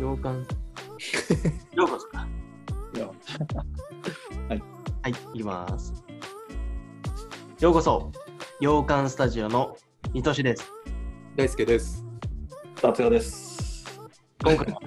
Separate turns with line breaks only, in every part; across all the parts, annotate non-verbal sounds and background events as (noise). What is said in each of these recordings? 洋
(laughs)
館。ようこそか。
よ
(laughs)
はい、いきます。ようこそ、洋館スタジオのいとしです。
大輔です。
達也です。
今回は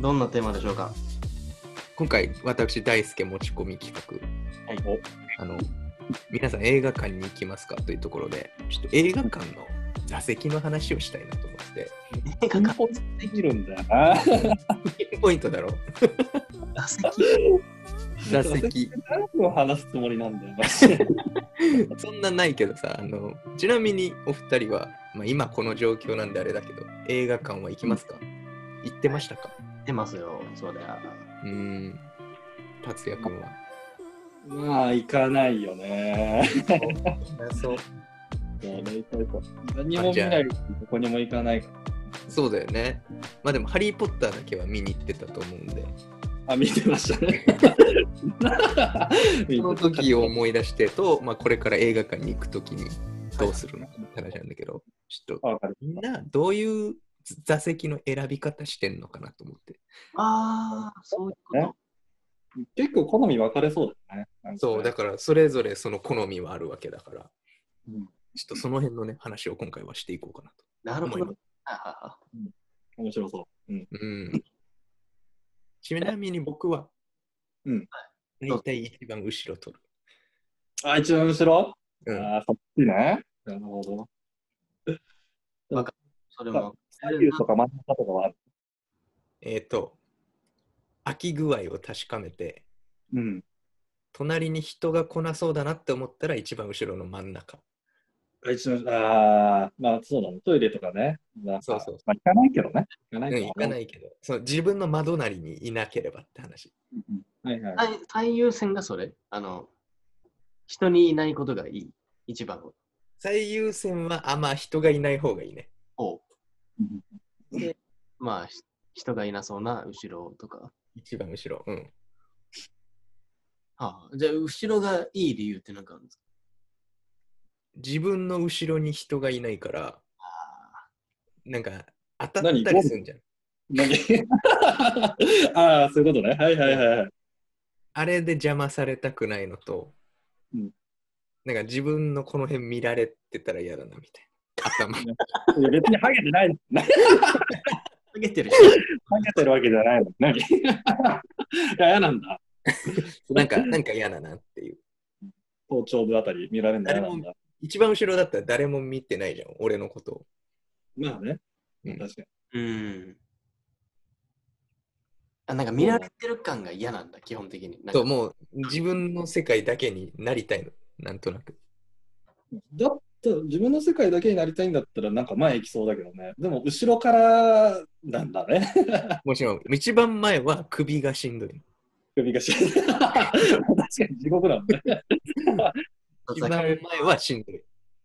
どんなテーマでしょうか
今回、私、大輔持ち込み企画。
はい
あの、皆さん映画館に行きますかというところで、ちょっと映画館の座席の話をしたいなと思って。
映画館
ポイントできるんだよな。
ピンポイントだろ
座席
座席。
何分話すつもりなんだよ、マ
(laughs)
ジで。
そんなないけどさ、あの、ちなみにお二人は、まあ、今この状況なんであれだけど、映画館は行きますか行ってましたか
出ますよ、そりゃ。
うーん。達也君は。
まあ、行かないよね。
そう。
そう大体こう何も見ないし、どこにも行かないから。
そうだよね。まあでも、ハリー・ポッターだけは見に行ってたと思うんで。
あ、見てました
(laughs)
ね。
その時を思い出してと、まあ、これから映画館に行く時にどうするのかって話なんだけど、ちょっと
あわかる。
みんなどういう座席の選び方してんのかなと思って。
ああ、そういうこと。
結構好み分かれそうだよね。なんかね
そう、だからそれぞれその好みはあるわけだから、
うん
ちょっとその辺のね、話を今回はしていこうかなと
なるほど
思い。
はいはいはい
面白そう。うん。
うん。 (laughs) ちなみに僕は、
うん。
大体一番後ろ取る。
あ、一番後ろ
うん。
あー、そっちね。なるほど。
それも。
左右とか真ん中とかはある。
えっ、と、空き具合を確かめて、
うん。
隣に人が来なそうだなって思ったら一番後ろの真ん中。
あ一番あー、まあそうだね。トイレとかね。なんか
そうそう
まあ行かないけどね。行かない。
うん、行かないいけど、その自分の窓なりにいなければって話。
うんはいはい。
最最優先がそれあの、人にいないことがいい。一番
最優先は、あ、まあ人がいない方がいいね。
を。
うん
まあ、ひ人がいなそうな後ろとか。
一番後ろ。うん。
はあ、じゃあ、後ろがいい理由ってなんかあるんですか
自分の後ろに人がいないから、なんか当たっ
何
たりするんじゃん。
何 (laughs) ああ、そういうことね。はいはいはいはい。
あれで邪魔されたくないのと、
うん
なんか自分のこの辺見られてたら嫌だなみたいな。
(laughs)
頭。
いや別にハゲてない。な
下げてる
ハゲてるわけじゃないの。何 (laughs) いや、嫌なんだ。
なんか、なんか嫌だなっていう。
頭頂部あたり見られるの嫌なんだ。
一番後ろだったら誰も見てないじゃん、俺のことを。
まあね。
うん
確かに。
うん。あなんか見られてる感が嫌なんだ、基本的に。な
(laughs)
んか
と、もう自分の世界だけになりたいの。なんとなく。
だったら自分の世界だけになりたいんだったら、なんか前行きそうだけどね。でも、後ろからなんだね。 (laughs)
もちろん、一番前は首がしんどいの。
首がし (laughs) 確かに地獄なんだね。
一番前はしんどい。
うん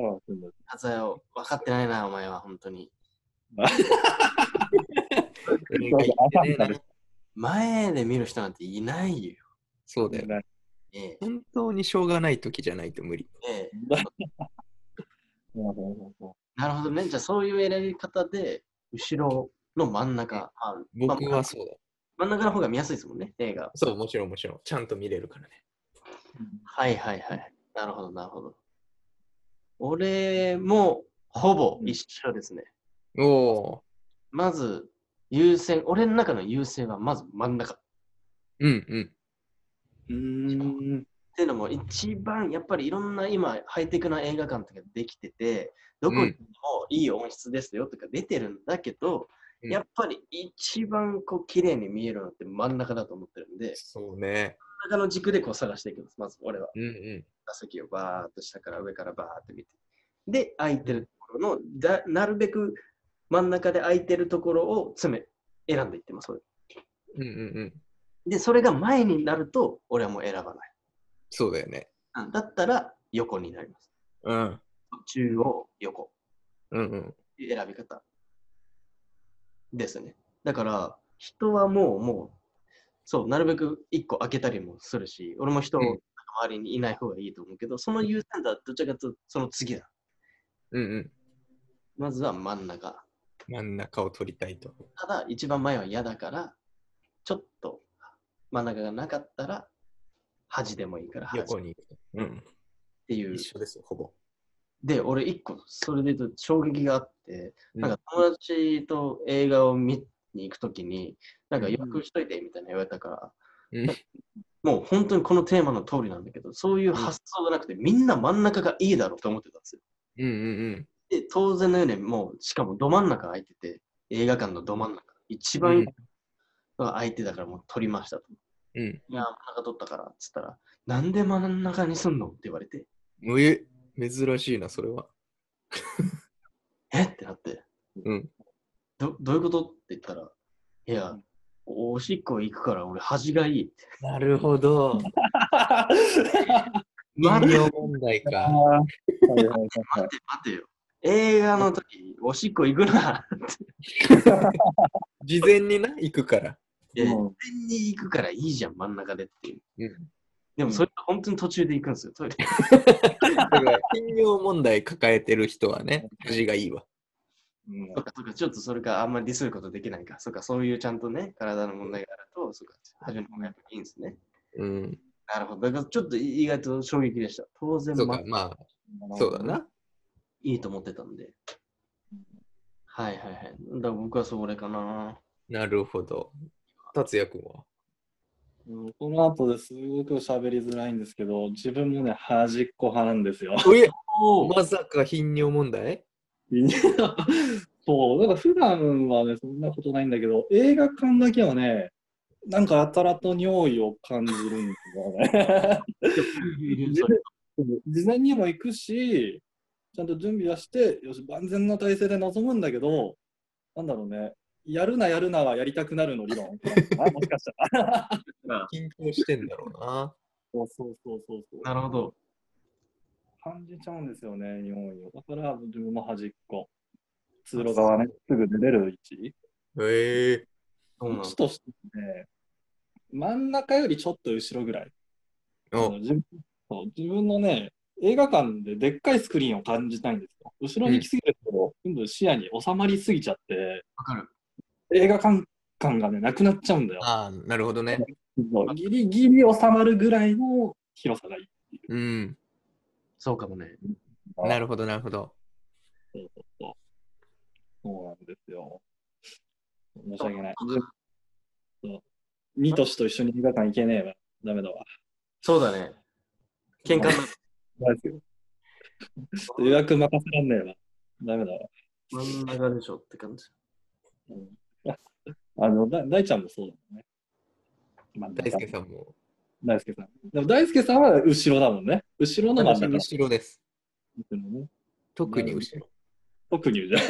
そうだ
カズヤを分かってないな、お前は、本当に。
映画行ってねえな
前で見る人なんていないよ。
そうだよ。
(laughs)
ええ
本当にしょうがない時じゃないと無理。
ええ
そうそうそう
なるほどね。じゃあ、そういう選び方で、後ろの真ん中。あ
僕
ま
は
あ
そうだ。
真ん中の方が見やすいですもんね、映画。
そう、もちろんもちろん。ちゃんと見れるからね。
はいはいはい。なるほど、なるほど。俺もほぼ一緒ですね。
おお
まず、優先、俺の中の優先はまず真ん中。っ
ー。うんうん。
うーん。
ていうのも、一番やっぱりいろんな今、ハイテクな映画館とかできてて、どこにもいい音質ですよとか出てるんだけど、
うん
やっぱり一番こう綺麗に見えるのって真ん中だと思ってるんで、
そうね。
真ん中の軸でこう探していくんです、まず俺は。
うんう
座席をバーっと下から上からバーって見て。で、空いてるところの、だなるべく真ん中で空いてるところを詰め、選んでいってます。それ
ん。うんうんうん。
で、それが前になると、俺はもう選ばない
そうだよね。
うん。だったら、横になります。
うん。
中央、横。
うんうん。
選び方。ですね。だから、人はもう、もう、そう、なるべく一個開けたりもするし、俺も人、
うん
周りにいない方がいいと思うけど、その優先度はどちらかというとその次だ。
うんうん。
まずは真ん中。
真ん中を取りたいと。
ただ、一番前は嫌だから、ちょっと真ん中がなかったら、端でもいいから、端っ
横に。うん。
ていう
一。緒ですよ、ほぼ。
で、俺一個、それで言うと衝撃があって、
うん
なんか友達と映画を見に行くときに、なんか予約しといてみたいな言われたから、
うん
もう本当にこのテーマの通りなんだけど、そういう発想がなくて、みんな真ん中がいいだろうと思ってたんですよ。
うんうん
で、当然のように、もう、しかもど真ん中空いてて、映画館のど真ん中、一
う
番
ん
が空いてたからもう撮りましたと。
うん。うん。
いや、真ん中撮ったから、っつったら、なんで真ん中にすんのって言われて、
むえ、珍しいな、それは。
えってなって、
うん
ど、どういうことって言ったら、いや、おしっこ行くから俺端がいいって。
なるほど。
待て待
(laughs) 人形問題
あ
か
ー。はいはいはいはい
てよ。映画の時、おしっこ行くな。
事前にな、行くから。
いや、
う
全
ん
に行くからいいじゃん、真ん中でっていう。
うん。
でもそれが本当に途中で行くんですよ、トイレ。
だ (laughs) から、人形問題抱えてる人はね、味がいいわ。
うん
そっか、そっか、ちょっとそれがあんまりディスることできないか。そっか、そういうちゃんとね、体の問題があると、そっか、初めの方がやっぱいいんですね。
うん。
なるほど。だからちょっと意外と衝撃でした。当然、
そう
ま
か、まあ、そうだ。な。
いいと思ってたんで。はいはいはい。だから僕はそれかな。
なるほど。達也君は。
うんこの後ですごく喋りづらいんですけど、自分もね、端っこ派なんですよ。
おえ
お
まさか頻尿問題
そう、だから普段はね、そんなことないんだけど、映画館だけはね、なんかやたらと尿意を感じるんですよね。 (laughs) 事前にも行くし、ちゃんと準備はして、よし、万全な体制で臨むんだけど、なんだろうね、やるなやるなはやりたくなるの理論。 (laughs) あもしかしたら。
緊張してんだろうな。
そうそうそうそうそう。
なるほど。
感じちゃうんですよね、日本を。だから、自分も端っこ。通路側ね、すぐ出れる位置。
へえ
そう
位
なんだ
置としてね、真ん中よりちょっと後ろぐらい。あの
お
自分そう自分のね、映画館ででっかいスクリーンを感じたいんですよ。後ろに行きすぎると、全部視野に収まりすぎちゃって、
わかる。
映画館感がね、なくなっちゃうんだよ。
ああ、なるほどね。
そうギリギリ収まるぐらいの広さがいい。
うん。
そうかもね。
なるほど、なるほど。
そうなんですよ。申し訳ない。そうニトシと一緒に映画館行けねえわ。ダメだわ。
そうだね。喧嘩になる。
大丈夫予約任せらんねえわ。ダメだわ。
真ん中でしょって感じ。
あの、だ大ちゃんもそうだもんね。まあ、
大輔さんも。
大輔さん。でも大輔さんは後ろだもんね。後ろの真ん
私、
中。
後ろです。
後ろね
特に後ろ。
特にじゃない。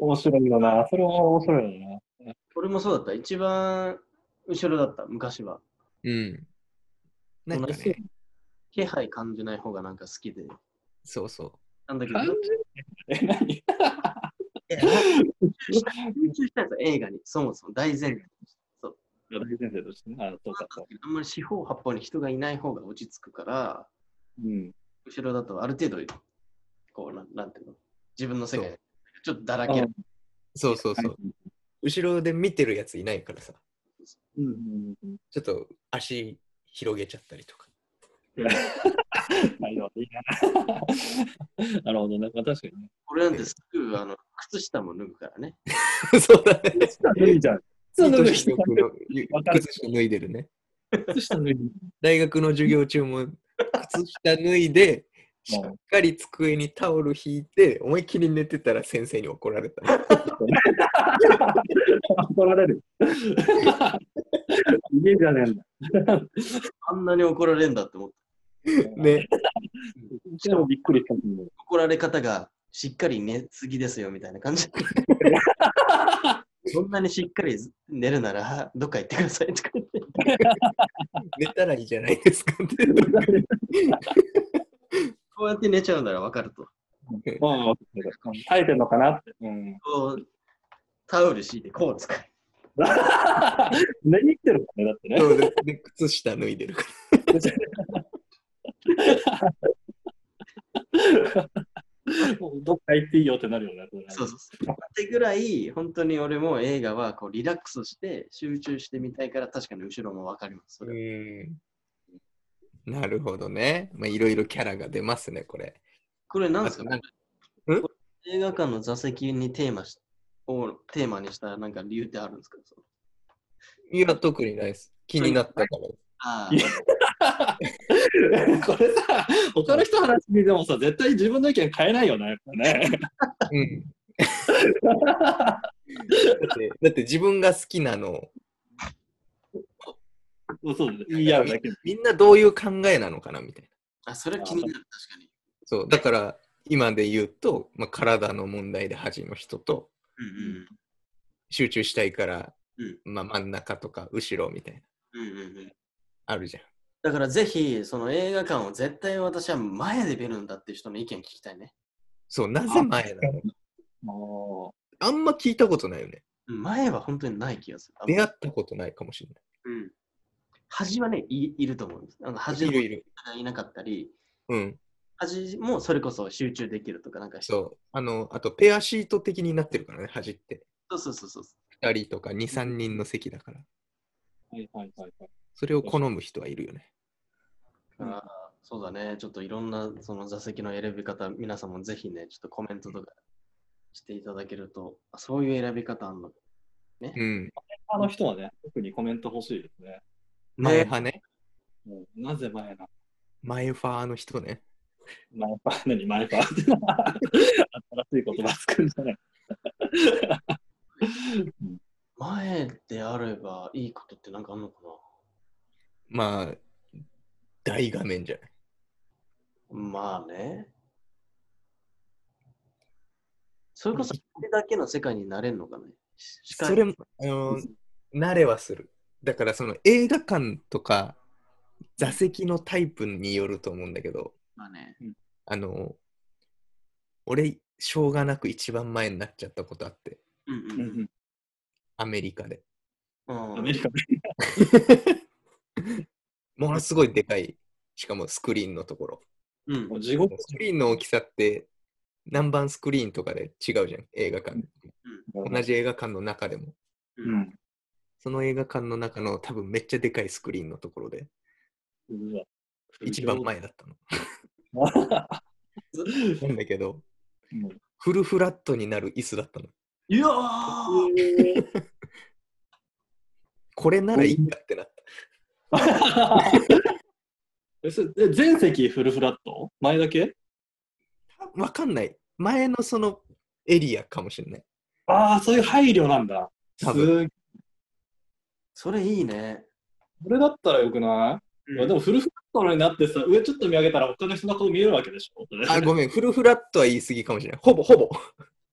面白いよな。それは面白いよな。
俺もそうだった。一番後ろだった、昔は。
うん。なんかね、
気配感じない方がなんか好きで。
そうそ
なんだけど、
感
集
じえ、何
中したんですよ、映画に。そもそも大前提。
大先生としてね。あ、そうか、そうか。
あんまり四方八方に人がいない方が落ち着くから、
うん。
後ろだとある程度、こう、なんなんていうの、自分の世
そ
界、ちょっとだらける。
う。そうそうそう。後ろで見てるやついないからさ、
うんうんうん。
ちょっと足広げちゃったりとか。
はい、どうぞいいな。なるほどね。まあ、確かにね。
俺なんてすぐ、あの、靴下も脱ぐからね。
(laughs) そうだね。
脱いじゃん。靴下脱ぐ
靴
人
下脱いでるね。
靴下脱いじ
大学の授業中も靴下脱
(laughs)
いで、しっかり机にタオル引いて、思いっきり寝てたら先生に怒られた。
ゃん。怒られる。家じゃねえんだ。
あんなに怒られるんだって思って。
ね。
しかもびっくりしたんだよ。
怒られ方が、しっかり寝すぎですよ、みたいな感
(laughs)
じ。そんなにしっかり寝るなら、どっか行ってくださいとか言って。
寝たらいいじゃないで
(laughs)
すかって。
こうやって寝ちゃうならわかると。
うん耐えてんのかなって。うん。
こう、タオル敷いてこう使う。
何言ってるかね、だってね。
そうですで靴下脱いでるか
確入っていいよってなるよね。
そうそうそう。ってぐらい、本当に俺も映画はこうリラックスして集中してみたいから、確かに後ろもわかります。それは
うんなるほどね。まあ、いろいろキャラが出ますね、これ。
これなんですか
あとなんか
映画館の座席にテーマしをテーマにしたなんか理由ってあるんですかその
いや、特にないです。気になったから。
あ
い
ー
やこれさ、他の人の話聞いてもさ、絶対自分の意見変えないよね。やっぱね
うん。 (laughs) だってだって自分が好きなのを
そうそう、言い合うだけ。
みんなどういう考えなのかなみたい
(laughs)
な。
あ、それは気になる、確かに。
そうだから今で言うと、まあ、体の問題で端の人と集中したいから、まあ、真ん中とか後ろみたいな
うんうんうんうんうん。
あるじゃん。
だからぜひ、その映画館を絶対私は前で見るんだっていう人の意見聞きたいね。
そうなぜ前なの
も
あんま聞いたことないよね。
前は本当にない気がする。
出会ったことないかもしれない。
うん。端はね、いいると思うんです。あの端
い
の
る
人
いる。
がいなかったり、
うん。
端もそれこそ集中できるとか、なんかして
そう。あの、あとペアシート的になってるからね、端って。
そうそうそうそう。
2人とか2、3人の席だから。
う、はいはいはいはい。
それを好む人はいるよね。
うん
あーそうだね、ちょっといろんなその座席の選び方、皆さんもぜひね、ちょっとコメントとかしていただけると、あそういう選び方あんの。
うん。
他の人はね、特にコメント欲しいですね。
前派ね。
もうなぜ前な
前ファーの人ね。
前パー何前パーって新しい言葉作るんじゃない
前であればいいことってなんかあんのか
まあ、大画面じゃない。
なまあね。それこそ、これだけの世界になれんのかね。し
それも、あの慣れはする。だからその映画館とか座席のタイプによると思うんだけど、
まあね。
あの、俺、しょうがなく一番前になっちゃったことあって、
うん
うんうん
アメリカで。
うんうん。
アメリカ
ものすごいでかい、しかもスクリーンのところ。
うん
もう地獄
スクリーンの大きさって、何番スクリーンとかで違うじゃん、映画館。同じ映画館の中でも。
う
うんん。
その映画館の中の多分めっちゃでかいスクリーンのところで、
うわ
一番。前だったの。なんだけど、
うん
フルフラットになる椅子だったの。
いやー
これならいいかってなった。
えそれえ全席フルフラット前だけ
わかんない。前のそのエリアかもしれない。
ああ、そういう配慮なんだ。
多分
す
それいいね。
これだったらよくない、いやでもフルフラットになってさ、上ちょっと見上げたら他の人の顔見えるわけでしょそれ
あ、ごめん。フルフラットは言い過ぎかもしれない。ほぼほぼ。 (laughs)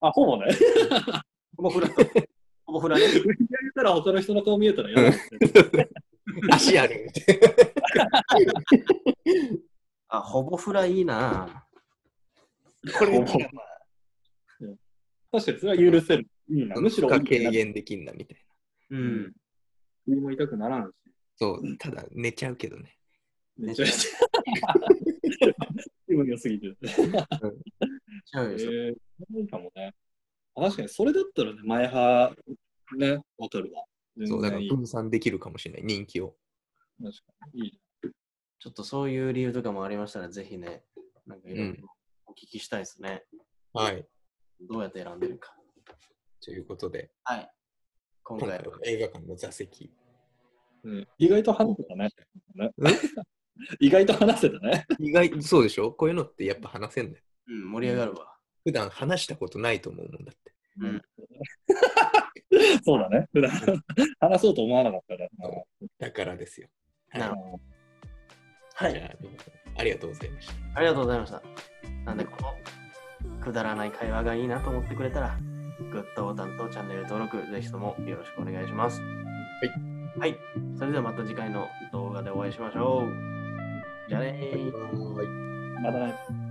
あ、ほぼね。
ほぼフラット。 (laughs) ほぼフラね。
上に上げたら他の人の顔見えたら嫌だって。
足ある。
あ、ほぼフラいいな。
これ
ほぼ確かにそれは許せる。いいな。むしろ、
が軽減できんなみたいな。
う
うんん。。首も痛くならんし。
そう、ただ寝ちゃうけどね。
めちゃめちゃ。 (laughs) 気分良すぎて。
ちゃう
え
よ、それ
ー、そうかもね。あ確かに、それだったらね、前派、ね、わかるわ。全
そう、だから
然いい。
分散できるかもしれない。人気を。
確かにいい。
ちょっとそういう理由とかもありましたら、ぜひね、なんかいろいろお聞きしたいですね。
はい。
どうやって選んでるか。
ということで、
はい。今
今
回
回
は
は映画館の座席。
うん意外と話せたね。ね (laughs) 意外と話せたね。
意外、そうでしょこういうのってやっぱ話せんだよ。
うん、盛り上がるわ。
普段話したことないと思うもんだって。
うん。
そうだね。普段話そうと思わなかったから。
だからですよ。
なるは
じ
い。
ゃあ、ありがとうございました。
ありがとうございました。なんで、このくだらない会話がいいなと思ってくれたら、グッドボタンとチャンネル登録、ぜひともよろしくお願いします。はい。はい。それではまた次回の動画でお会いしましょう。じゃあねー。
バイバイ
まだね